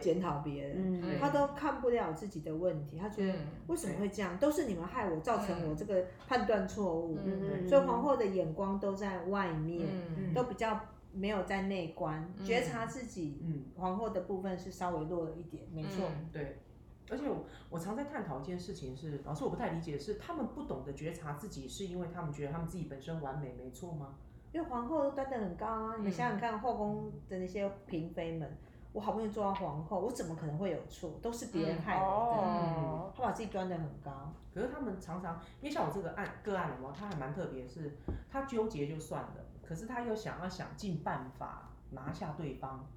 检讨别人，嗯对他都看不了自己的问题，他觉得嗯为什么会这样，都是你们害我，造成我这个判断错误。嗯所以皇后的眼光都在外面，嗯都比较没有在内观，嗯觉察自己。嗯，皇后的部分是稍微弱了一点，没错。嗯对。而且我我常在探讨一件事情是，老师我不太理解，是他们不懂得觉察自己，是因为他们觉得他们自己本身完美，没错吗？因为皇后端得很高嗯啊，你们想想看，后宫的那些嫔妃们，我好不容易做到皇后，我怎么可能会有错？都是别人害我的。嗯哦，她把自己端得很高，可是他们常常，因为像我这个案个案有没有，他还蛮特别，是他纠结就算了，可是他又想要想尽办法拿下对方，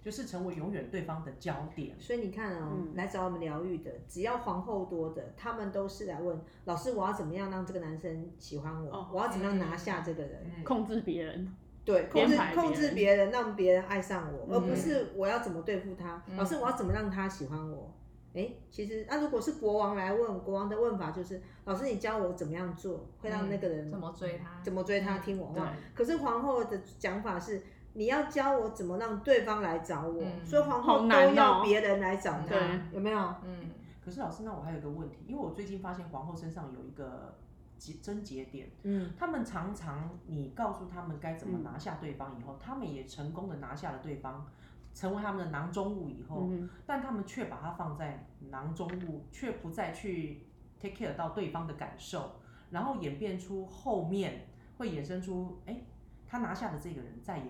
就是成为永远对方的焦点。所以你看哦，嗯来找我们疗愈的，只要皇后多的，他们都是来问老师，我要怎么样让这个男生喜欢我？哦我要怎么样拿下这个人？嗯，控制别人，对，控制编排别人控制别人，让别人爱上我，嗯而不是我要怎么对付他。嗯老师，我要怎么让他喜欢我？诶，其实那、如果是国王来问，国王的问法就是：老师，你教我怎么样做，会让那个人、嗯怎么追他？怎么追他，嗯听我嗯对话。可是皇后的讲法是，你要教我怎么让对方来找我，嗯所以皇好后都难哦要别人来找他，对有没有？嗯可是老师，那我还有一个问题，因为我最近发现皇后身上有一个结症结点，嗯，他们常常你告诉他们该怎么拿下对方以后，他们也成功的拿下了对方，成为他们的囊中物以哦后，嗯，但他们却把它放在囊中物，却不再去 take care 到对方的感受，然后演变出后面会衍生出，哎，他拿下的这个人再也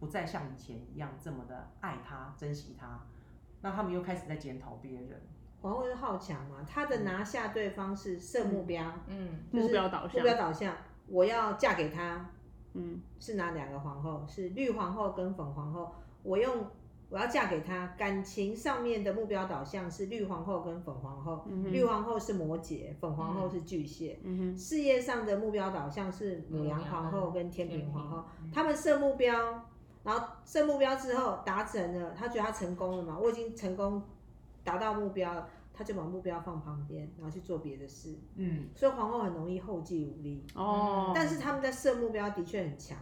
不再像以前一样这么的爱他、珍惜他，那他们又开始在检讨别人。皇后是好强嘛，她的拿下对方是设目标，嗯就是目标导目向，标导向，我要嫁给他，嗯，是哪两个皇后？是绿皇后跟粉皇后。我用我要嫁给他，感情上面的目标导向是绿皇后跟粉皇后。嗯哼绿皇后是摩羯，粉皇后是巨蟹。嗯事业上的目标导向是母羊皇后跟天平皇后，他们设目标，然后设目标之后达成了，他觉得他成功了嘛，我已经成功达到目标了，他就把目标放旁边，然后去做别的事，嗯，所以皇后很容易后继无力。哼，哦，但是他们在设目标的确很强，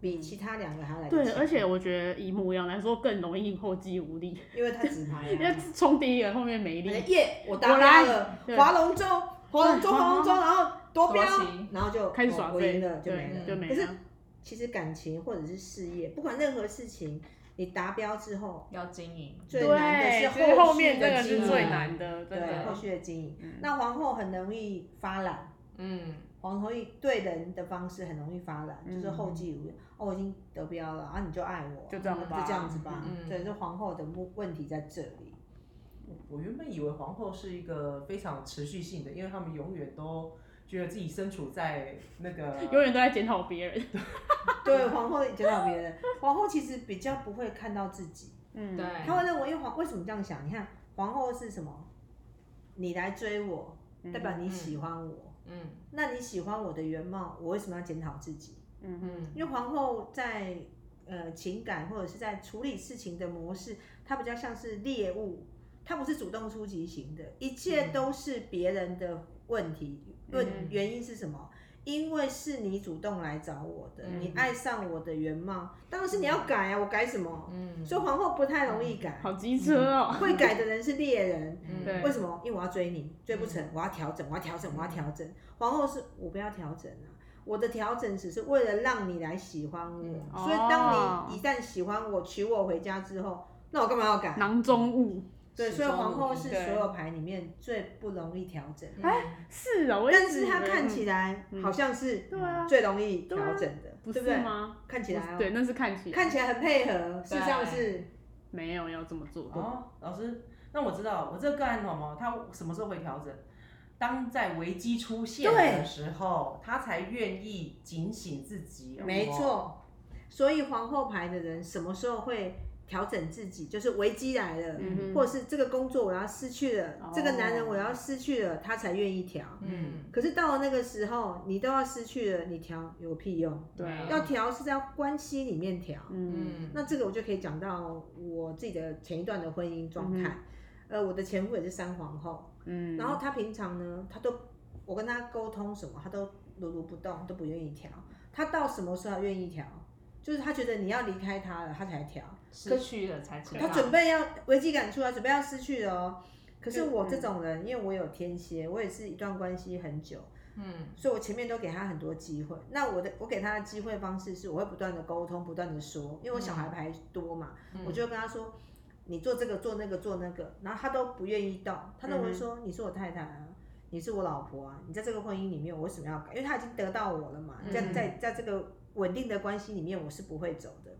比其他两个还要来得嗯对，强而且我觉得以母羊来说更容易后继 无力，因为他直排、 因为啊，冲第一个后面没哎力，耶，我达我标来了，对划龙舟，划龙舟，对划龙舟，然后夺标夺旗，然后就开始哦耍我飞赢了，就没对了。就没可是了，其实感情或者是事业，不管任何事情，你达标之后，要经营，最难的其是实后续面这的个经是营最难的，真对，的后，续的经营。嗯那皇后很容易发懒，嗯皇后一对人的方式很容易发懒，就是后继无力。哦，我已经得标了，啊，你就爱我，嗯就这样吧就这样子吧。嗯对，就皇后的目问题在这 里。我原本以为皇后是一个非常持续性的，因为他们永远都觉得自己身处在那个永远都在检讨别人，对，皇后也检讨别人，皇后其实比较不会看到自己，嗯，对，她会认为，因为皇为什么这样想？你看，皇后是什么？你来追我，嗯代表你喜欢我。嗯那你喜欢我的原貌，我为什么要检讨自己？嗯哼，嗯因为皇后在呃情感或者是在处理事情的模式，她比较像是猎物，她不是主动出击型的，一切都是别人的问题。问、嗯原因是什么？因为是你主动来找我的，嗯你爱上我的原貌，当然是你要改啊！我改什么？嗯，所以皇后不太容易改，好 机车哦，会改的人是猎人。嗯对嗯为什么？因为我要追你，追不成，我要调整，我要调整，我要调整。皇后是我不要调整啊，我的调整只是为了让你来喜欢我。嗯所以当哦你一旦喜欢我，娶我回家之后，那我干嘛要改？囊中物，对，所以皇后是始所终如一有牌里面最不容易调整，嗯哎是哦，我一但直是她以为看起来嗯好像是对啊，最容易调整的，不对不对是？吗？看起来、哦、对，那是看起来看起来很配合，事实上是没有要这么做，哦，老师，那我知道，我这个个案好吗？他什么时候会调整？当在危机出现的对时候，他才愿意警醒自己。哦有没有，错。所以皇后牌的人什么时候会调整自己？就是危机来了，嗯哼，或者是这个工作我要失去了，哦这个男人我要失去了，他才愿意调。嗯可是到了那个时候，你都要失去了，你调有屁用？对啊，要调是在关系里面调。嗯嗯，那这个我就可以讲到我自己的前一段的婚姻状态。呃，我的前夫也是三皇后，嗯，然后他平常呢，他都我跟他沟通什么，他都如如不动，都不愿意调。他到什么时候愿意调？就是他觉得你要离开他了，他才调。可失去了才知道他。准备要危机感出来，准备要失去了哦。可是我这种人，因为我有天蝎，我也是一段关系很久，嗯，所以我前面都给他很多机会。那我的我给他的机会方式是，我会不断的沟通，不断的说，因为我小孩还多嘛，嗯我就跟他说，你做这个做那个做那个，然后他都不愿意动，他都会说、你是我太太啊，你是我老婆啊，你在这个婚姻里面我为什么要改？因为他已经得到我了嘛，在嗯在在这个稳定的关系里面我是不会走的。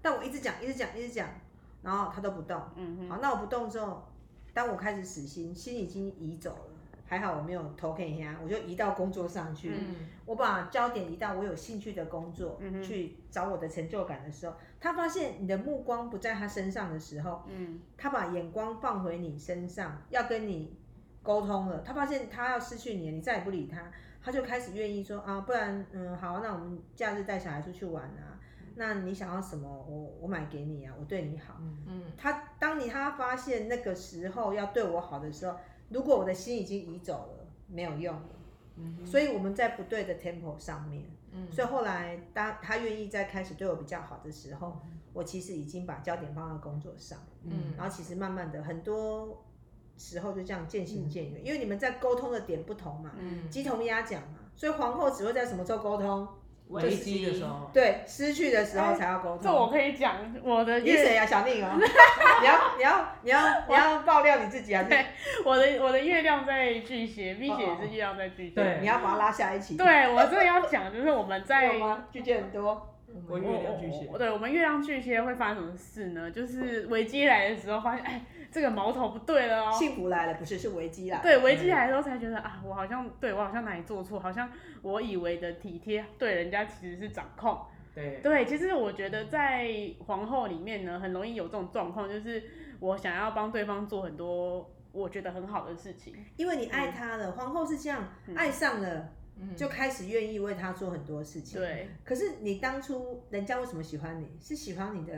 但我一直讲一直讲一直讲，然后他都不动。嗯好，那我不动之后，当我开始死心，心已经移走了，还好我没有投给人家，我就移到工作上去。嗯我把焦点移到我有兴趣的工作，嗯哼去找我的成就感的时候，他发现你的目光不在他身上的时候，哼，嗯，他把眼光放回你身上，要跟你沟通了。他发现他要失去你了，你再也不理他，他就开始愿意说啊，不然嗯好，那我们假日带小孩出去玩啊。那你想要什么，我我买给你啊，我对你好。嗯他当你他发现那个时候要对我好的时候，如果我的心已经移走了，没有用了。所以我们在不对的 tempo 上面，嗯，所以后来当他愿意再开始对我比较好的时候，我其实已经把焦点放在工作上，嗯然后其实慢慢的很多时候就这样渐行渐远，因为你们在沟通的点不同嘛，嗯鸡同鸭讲嘛，所以皇后只会在什么时候沟通？危机的时候，对，失去的哎时候才要沟通。这我可以讲我的你是月，谁啊？小宁 哦，你要你要你要你要爆料你自己啊！对我的我的月亮在巨蟹，V 哦姐也是月亮在巨蟹。对你要把他拉下一起。，对我真的要讲，就是我们在有吗？拒绝很多。我月亮巨蟹我我对，我们月亮巨蟹会发生什么事呢？就是危机来的时候，发现哎，这个矛头不对了哦。幸福来了，不是是危机啦。对，危机来的时候才觉得啊，我好像对我好像哪里做错，好像我以为的体贴对人家其实是掌控。对，对，其实我觉得在皇后里面呢，很容易有这种状况，就是我想要帮对方做很多我觉得很好的事情。因为你爱他了，皇后是这样，嗯爱上了嗯就开始愿意为他做很多事情。。对，可是你当初人家为什么喜欢你？是喜欢你的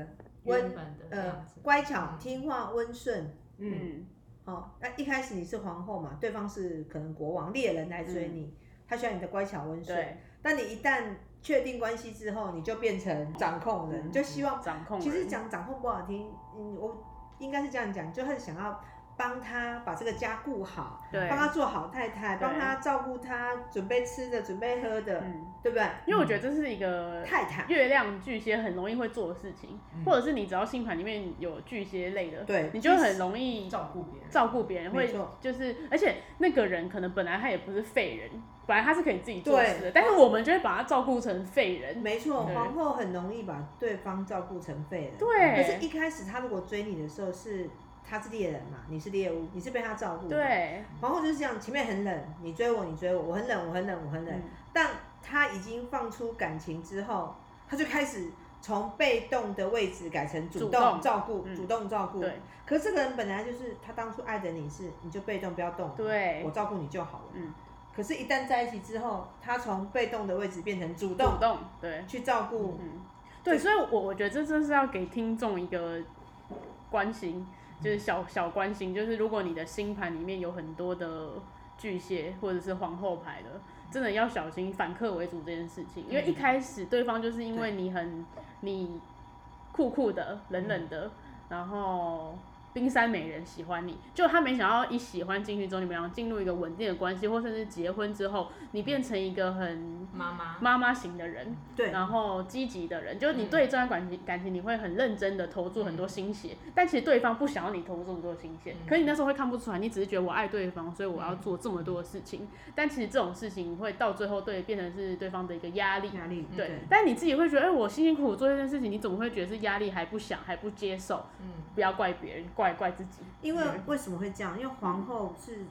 原温本的呃乖巧、听话、温顺。嗯，嗯哦，那一开始你是皇后嘛，对方是可能国王猎人来追你，他喜欢你的乖巧温顺。嗯对，但你一旦确定关系之后，你就变成掌控人，你就希望嗯掌控人。其实讲掌控不好听，嗯，我应该是这样讲，就是想要帮他把这个家顾好，对帮，他做好太太，对帮他照顾他，准备吃的，准备喝的，嗯，对不对？因为我觉得这是一个太太，月亮巨蟹很容易会做的事情，或者是你只要星盘里面有巨蟹类的，对你就很容易照顾别人，嗯照顾别人，没会错就是，而且那个人可能本来他也不是废人，本来他是可以自己做事对的，但是我们就会把他照顾成废人。没错，对皇后很容易把对方照顾成废人。可对是一开始他如果追你的时候是。他是猎人嘛，你是猎物，你是被他照顾。，对，皇后就是这样，前面很冷，你追我，你追我，我很冷，我很冷，我很冷。嗯但他已经放出感情之后，他就开始从被动的位置改成主主动动照顾，嗯主动照顾。对可是这个人本来就是他当初爱的你是，你就被动不要动，对我照顾你就好了。嗯。可是，一旦在一起之后，他从被动的位置变成主动主动，对，去照顾。嗯，对，所以我我觉得这真是要给听众一个关心，就是小小关心，就是如果你的星盘里面有很多的巨蟹或者是皇后牌的，真的要小心反客为主这件事情，因为一开始对方就是因为你很你酷酷的、冷冷的，然后。冰山美人喜欢你，就他没想到一喜欢进去之后，你们俩进入一个稳定的关系，或甚至结婚之后，你变成一个很妈妈，妈妈型的人，对然后积极的人，就是你对这段感情、感情你会很认真的投注很多心血，但其实对方不想要你投入这么多心血，嗯可你那时候会看不出来，你只是觉得我爱对方，所以我要做这么多的事情，但其实这种事情会到最后对变成是对方的一个压力。压力嗯嗯对，但你自己会觉得，哎、我辛辛苦苦做这件事情，你怎么会觉得是压力，还不想，还不接受？嗯不要怪别人，怪怪自己。因为为什么会这样？因为皇后是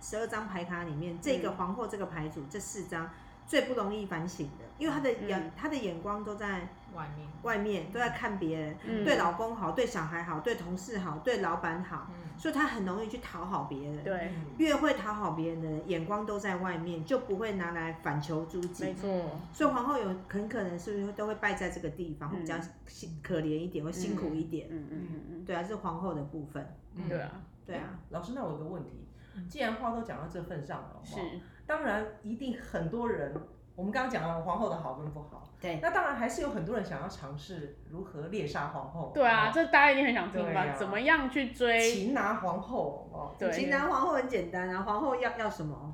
十二张牌卡里嗯面这个皇后这个牌组这四张最不容易反省的，因为她的嗯眼她的眼光都在外面，外面，都在看别人，嗯对老公好，对小孩好，对同事好，对老板好，嗯所以她很容易去讨好别人。对，嗯越会讨好别人的人，眼光都在外面，就不会拿来反求诸己没。错，所以皇后有很可能是都会败在这个地方，会比较辛可怜一点，会辛苦一点。嗯嗯嗯对啊，是皇后的部分。嗯，对啊，对啊，老师，那我有个问题，既然话都讲到这份上了，是哦，当然一定很多人我们刚刚讲了皇后的好跟不好，对，那当然还是有很多人想要尝试如何猎杀皇后。对啊，哦，这大家一定很想听吧？对啊怎么样去追？擒拿皇后哦，对擒拿皇后很简单啊，皇后要要什么？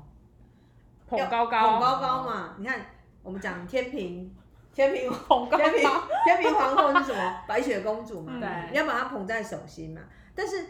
捧要高捧嗯高，高 高嘛。你看，我们讲天平，天平，捧高天平高，，天平皇后是什么？白雪公主嘛，嗯你要把她捧在手心嘛。但是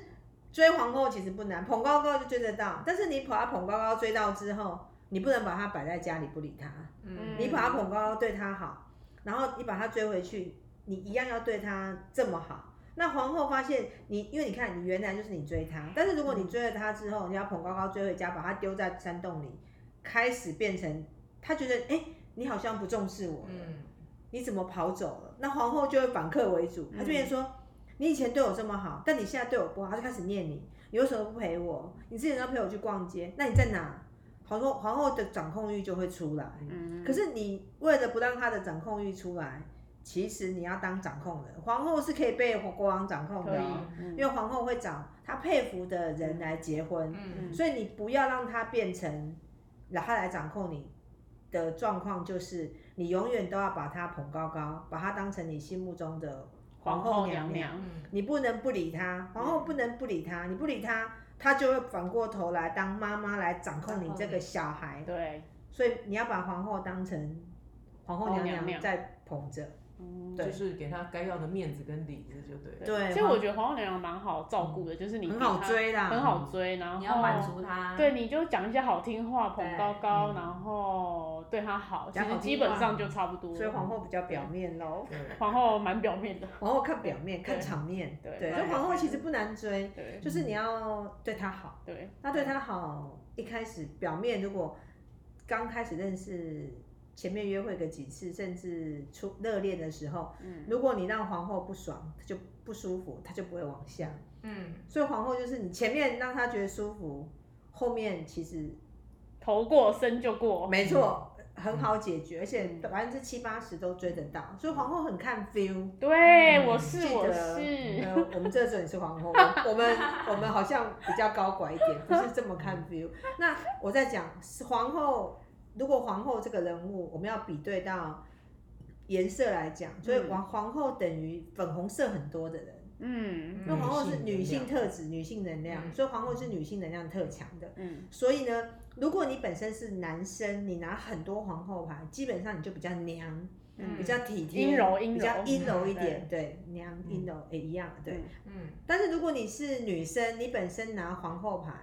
追皇后其实不难，捧高高就追得到。但是你把她捧高高追到之后，你不能把她摆在家里不理她，嗯你把她捧高高对她好，然后你把她追回去，你一样要对她这么好。那皇后发现你，因为你看你原来就是你追她，但是如果你追了她之后，你要捧高高追回家，把她丢在山洞里，开始变成她觉得哎、诶你好像不重视我了。嗯，你怎么跑走了？那皇后就会反客为嗯主，她就会说、你以前对我这么好，但你现在对我不好，她就开始念你，你为什么不陪我？你之前都陪我去逛街，那你在哪？皇后皇后的掌控欲就会出来，嗯可是你为了不让她的掌控欲出来，其实你要当掌控人，皇后是可以被国王掌控可的以哦，，嗯因为皇后会找她佩服的人来结婚，嗯所以你不要让它变成，然后来掌控你的状况，就是你永远都要把它捧高高，把它当成你心目中的皇后后娘娘，娘，嗯你不能不理它，皇后不能不理它，你不理它，它就会反过头来当妈妈来掌控你这个小孩，对，所以你要把皇后当成皇后皇后娘娘娘在捧着，嗯对就是给她该要的面子跟里子就对了。对其实我觉得皇后娘娘蛮好照顾的，就是你很逼好她，追啊啦，很好追，然后你要满足他，对，你就讲一些好听话，捧对高高，嗯然后对她好，其讲实好听基本话上就差不多所以了。皇后比较表面喽，对， 皇后蛮表面的，皇后看表面，看对场面，对对，哎所蛮以皇表后面其的实不难追，对就是你要对她好。对，那对他好，一开始表面如果刚开始认识，前面约会个几次，甚至出热恋的时候，嗯，如果你让皇后不爽，她就不舒服，她就不会往下。嗯，所以皇后就是你前面让她觉得舒服，后面其实头过身就过，没错，很好解决，而且嗯百分之七八十都追得到。所以皇后很看 feel。对，嗯我是记我得是，呃我们这时候也是皇后，我我们我们好像比较高拐一点，不是这么看 view。那我在讲是皇后，如果皇后这个人物，我们要比对到颜色来讲，所以王皇后等于粉红色很多的人，嗯因为皇后是女女性性能量特质、女性能量，嗯所以皇后是女性能量特强的。嗯所以呢，如果你本身是男生，你拿很多皇后牌，基本上你就比较娘，嗯比较体贴，阴柔阴柔比较阴柔一点，对，娘阴柔也一样，对。嗯嗯，但是如果你是女生，你本身拿皇后牌，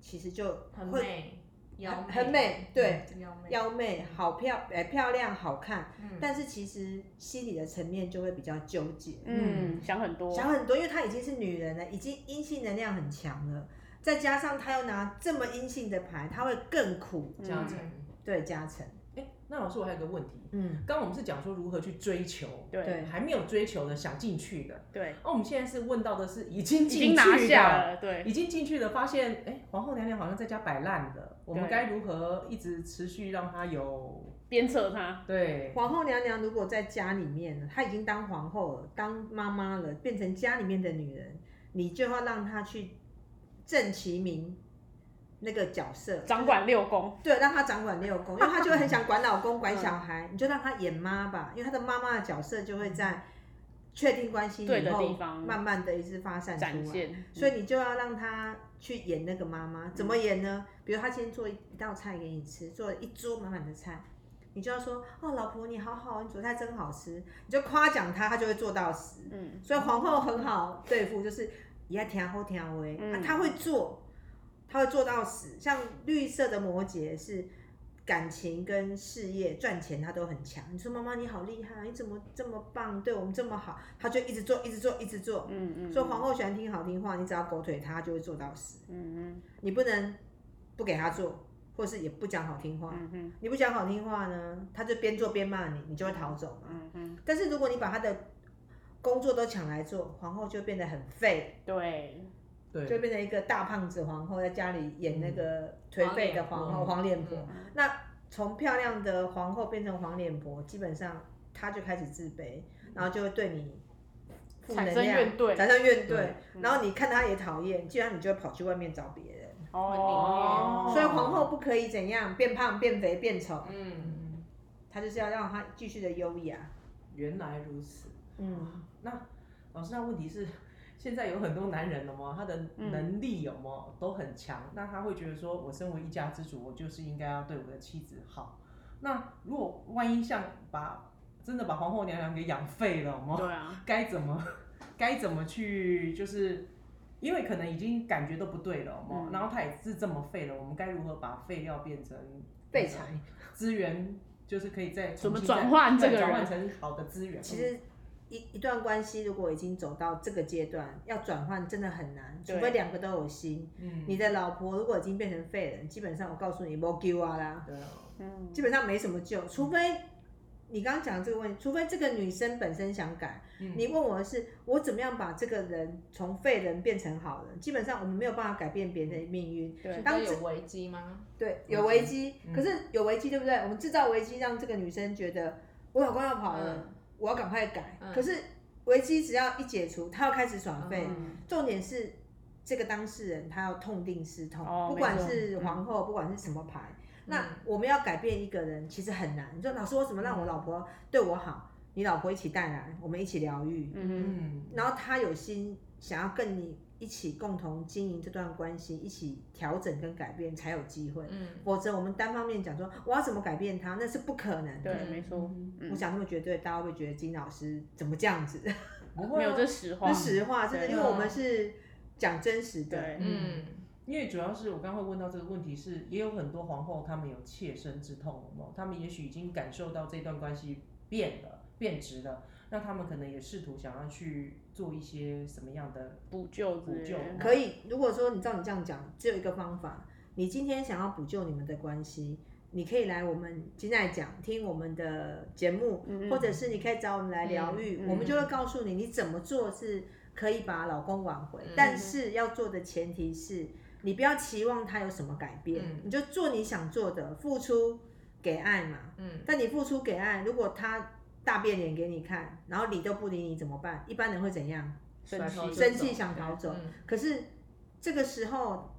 其实就很会美，妖很很美对，嗯妖媚，妖媚、好漂、哎漂亮、好看，嗯，但是其实心理的层面就会比较纠结，嗯，想很多，想很多，因为她已经是女人了，已经阴性能量很强了，再加上她又拿这么阴性的牌，她会更苦，嗯加成。对，加成，哎，那老师我还有个问题，嗯，刚刚我们是讲说如何去追求，对对还没有追求的想进去的，哦对，那、我们现在是问到的是已经进已去经拿下的。了，对已经进去了，发现哎，皇后娘娘好像在家摆烂的，我们对该如何一直持续让她有鞭策她，对皇后娘娘如果在家里面呢，她已经当皇后了，当妈妈了，变成家里面的女人，你就要让她去正其名那个角色，掌管六宫，对，让她掌管六 宫，因为她就会很想管老公、管小嗯孩，你就让她演妈吧，因为她的妈妈的角色就会在确定关系对以的后地，方慢慢的一直发散展出来。现，所以你就要让她去演那个妈妈，怎么演呢？比如她今天做一道菜给你吃，做了一桌满满的菜，你就要说：“哦，老婆你好好，你煮菜真好吃。”你就夸奖她，她就会做到死。嗯，所以皇后很好对付，就是也要听后听威、嗯啊，她会做，她会做到死。像绿色的摩羯是感情跟事业赚钱，她都很强。你说妈妈你好厉害，你怎么这么棒，对我们这么好，她就一直做，一直做，一直做。嗯嗯，所以皇后喜欢听好听话，你只要狗腿她就会做到死，嗯，你不能不给她做，或是也不讲好听嗯话。嗯嗯你不讲好听话呢，她就边做边骂你，你就会逃走嘛。嗯嗯，但是如果你把她的工作都抢来做，皇后就变得很废，对，对就变成一个大胖子皇后，在家里演那个颓废的皇后黄脸婆。嗯那从漂亮的皇后变成黄脸婆，基本上她就开始自卑，然后就会对你负能产量生怨怼，产生怨怼对，然后你看他也讨厌，既然你就会跑去外面找别人。哦哦所以皇后不可以怎样变胖、变肥、变丑，嗯，他就是要让他继续的优雅。原来如此。嗯，老师，那问题是， 现在有很多男人了吗？他的能力有没有都很强？那他会觉得说，我身为一家之主，我就是应该要对我的妻子好。那如果万一像把真的把皇后娘娘给养废了吗？对啊，该怎么 该怎么去，就是因为可能已经感觉都不对了嘛，嗯然后他也是这么废了，我们该如何把废料变成废材资源，就是可以再怎么重新再转换这个再转换人成好的资源？其实一一段关系如果已经走到这个阶段，要转换真的很难，除对非两个都有心。嗯，你的老婆如果已经变成废人，基本上我告诉你，没救啊啦，对啊嗯，基本上没什么救，除非。你刚刚讲的这个问题，除非这个女生本身想改，嗯你问我的是，我怎么样把这个人从废人变成好人？基本上我们没有办法改变别人的命运，对觉当得这有危机吗？对，有危机，嗯可是有危机，对不对？我们制造危机，让这个女生觉得我老公要跑了，嗯我要赶快改。嗯可是危机只要一解除，她要开始耍废。嗯重点是这个当事人她要痛定思痛，哦不管没错嗯是皇后，不管是什么牌。那我们要改变一个人其实很难。你说老师，我怎么让我老婆对我好？你老婆一起带来，我们一起疗愈，嗯嗯然后她有心想要跟你一起共同经营这段关系，一起调整跟改变才有机会。嗯，否则我们单方面讲说我要怎么改变他，那是不可能对的。，没错，嗯我想那么绝对，大家会不会觉得金老师怎么这样子？不会啊没有这实话这， 实话，真的，对因为我们是讲真实的。对，嗯，因为主要是我刚刚会问到这个问题是，也有很多皇后她们有切身之痛，有没有他们也许已经感受到这段关系变了、变质了，那他们可能也试图想要去做一些什么样的补救之类补的，救可以，如果说你照你这样讲，只有一个方法，你今天想要补救你们的关系，你可以来我们金奈讲听我们的节目，嗯或者是你可以找我们来疗愈，嗯嗯我们就会告诉你你怎么做是可以把老公挽回，嗯但是要做的前提是你不要期望他有什么改变，嗯你就做你想做的，付出给爱嘛。嗯，但你付出给爱，如果他大变脸给你看，然后理都不理你怎么办？一般人会怎样？甩头就走生气想逃走嗯可是这个时候，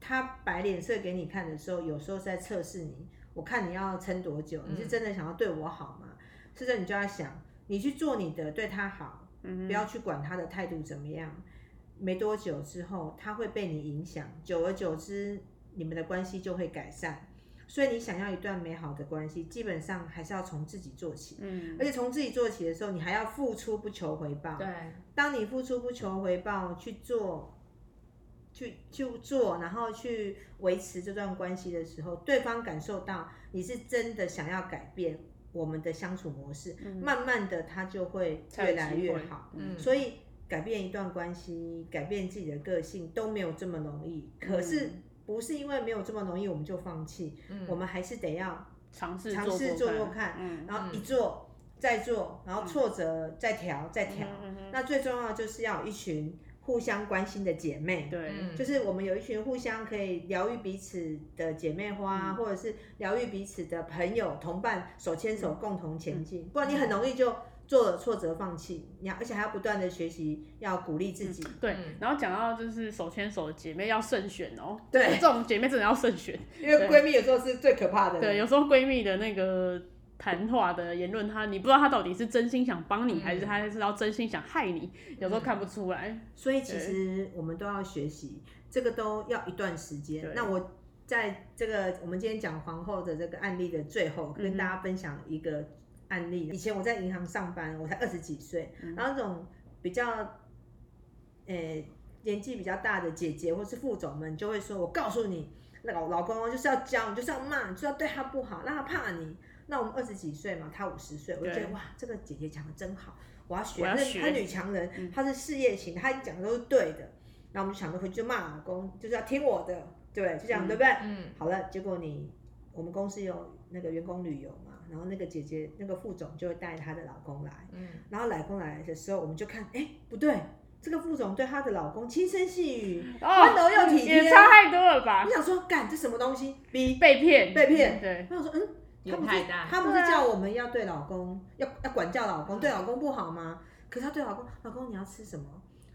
他摆脸色给你看的时候，有时候是在测试你，我看你要撑多久？嗯你是真的想要对我好吗？是这你就要想，你去做你的，对他好，嗯不要去管他的态度怎么样。没多久之后，他会被你影响，久而久之，你们的关系就会改善。所以，你想要一段美好的关系，基本上还是要从自己做起。嗯而且从自己做起的时候，你还要付出不求回报。对，当你付出不求回报去做，去去做，然后去维持这段关系的时候，对方感受到你是真的想要改变我们的相处模式，慢慢的他就会越来越好。嗯，所以改变一段关系，改变自己的个性都没有这么容易。可是不是因为没有这么容易我们就放弃，嗯我们还是得要尝试尝试做做看嗯然后一做再做，然后挫折再调再调。嗯嗯那最重要就是要有一群互相关心的姐妹，对，嗯就是我们有一群互相可以疗愈彼此的姐妹花，啊嗯或者是疗愈彼此的朋友、同伴，手牵手嗯共同前进。不然你很容易就做了挫折放弃，你要而且还要不断的学习，要鼓励自己。对嗯，然后讲到就是手牵手的姐妹要慎选哦，对这种姐妹真的要慎选。因为闺蜜有时候是最可怕的。对，有时候闺蜜的那个谈话的言论，她你不知道她到底是真心想帮你，嗯还是她是要真心想害你，有时候看不出来。所以其实我们都要学习，这个都要一段时间对。那我在这个我们今天讲皇后的这个案例的最后，嗯跟大家分享一个案例。以前我在银行上班，我才二十几岁，嗯然后那种比较，呃、年纪比较大的姐姐或是副总们就会说：“我告诉你，老老公就是要教你，就是要骂你，就是要对他不好，让他怕你。”那我们二十几岁嘛，她五十岁，我就觉得对哇，这个姐姐讲的真好，我要学。我要她是学嗯她女强人，她是事业型，她讲的都是对的。那我们想着回去就骂老公，就是要听我的，对，就这样，对不对？嗯好了，结果你我们公司有那个员工旅游嘛，然后那个姐姐那个副总就会带她的老公来，嗯然后老公来的时候，我们就看，哎，不对，这个副总对她的老公轻声细语，温柔又体贴哦也。差太多了吧我？想说，干这什么东西？B，被骗，被骗对，我想说，嗯，他眼不太是大他不对是啊叫我们要对老公要要管教老公，对老公不好吗？可是他对老公，老公你要吃什么？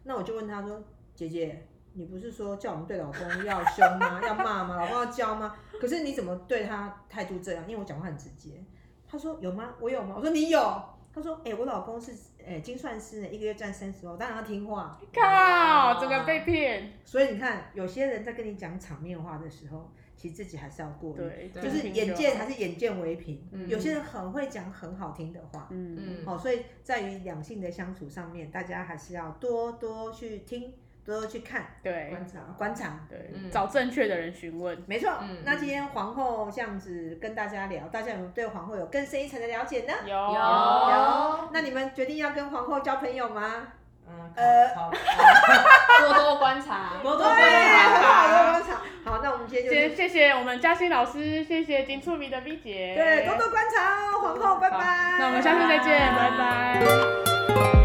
那我就问他说，姐姐，你不是说叫我们对老公 要凶吗？要骂吗？老公要教吗？可是你怎么对他态度这样？因为我讲话很直接。他说有吗？我有吗？我说你有。他说哎、我老公是哎精算师呢，一个月赚三十万，我当然要听话。哦靠，整个被骗，所以你看，有些人在跟你讲场面话的时候，其实自己还是要过滤，对，嗯就听是听眼好见还是眼见为凭。嗯有些人很会讲很好听的话，嗯嗯哦，所以在于两性的相处上面，大家还是要多多去听，多多去看，啊对观察，观察。对，嗯找正确的人询问，没错，嗯那今天皇后这样子跟大家聊，大家有没有对皇后有更深一层的了解呢？有有那你们决定要跟皇后交朋友吗？嗯，呃好，好好多多观察，多多对，观很察。好，多观察。好，那我们今天就谢是谢谢我们嘉欣老师，谢谢金触米的 B 姐，对多多观察哦，皇后，拜拜。那我们下次再见，拜拜。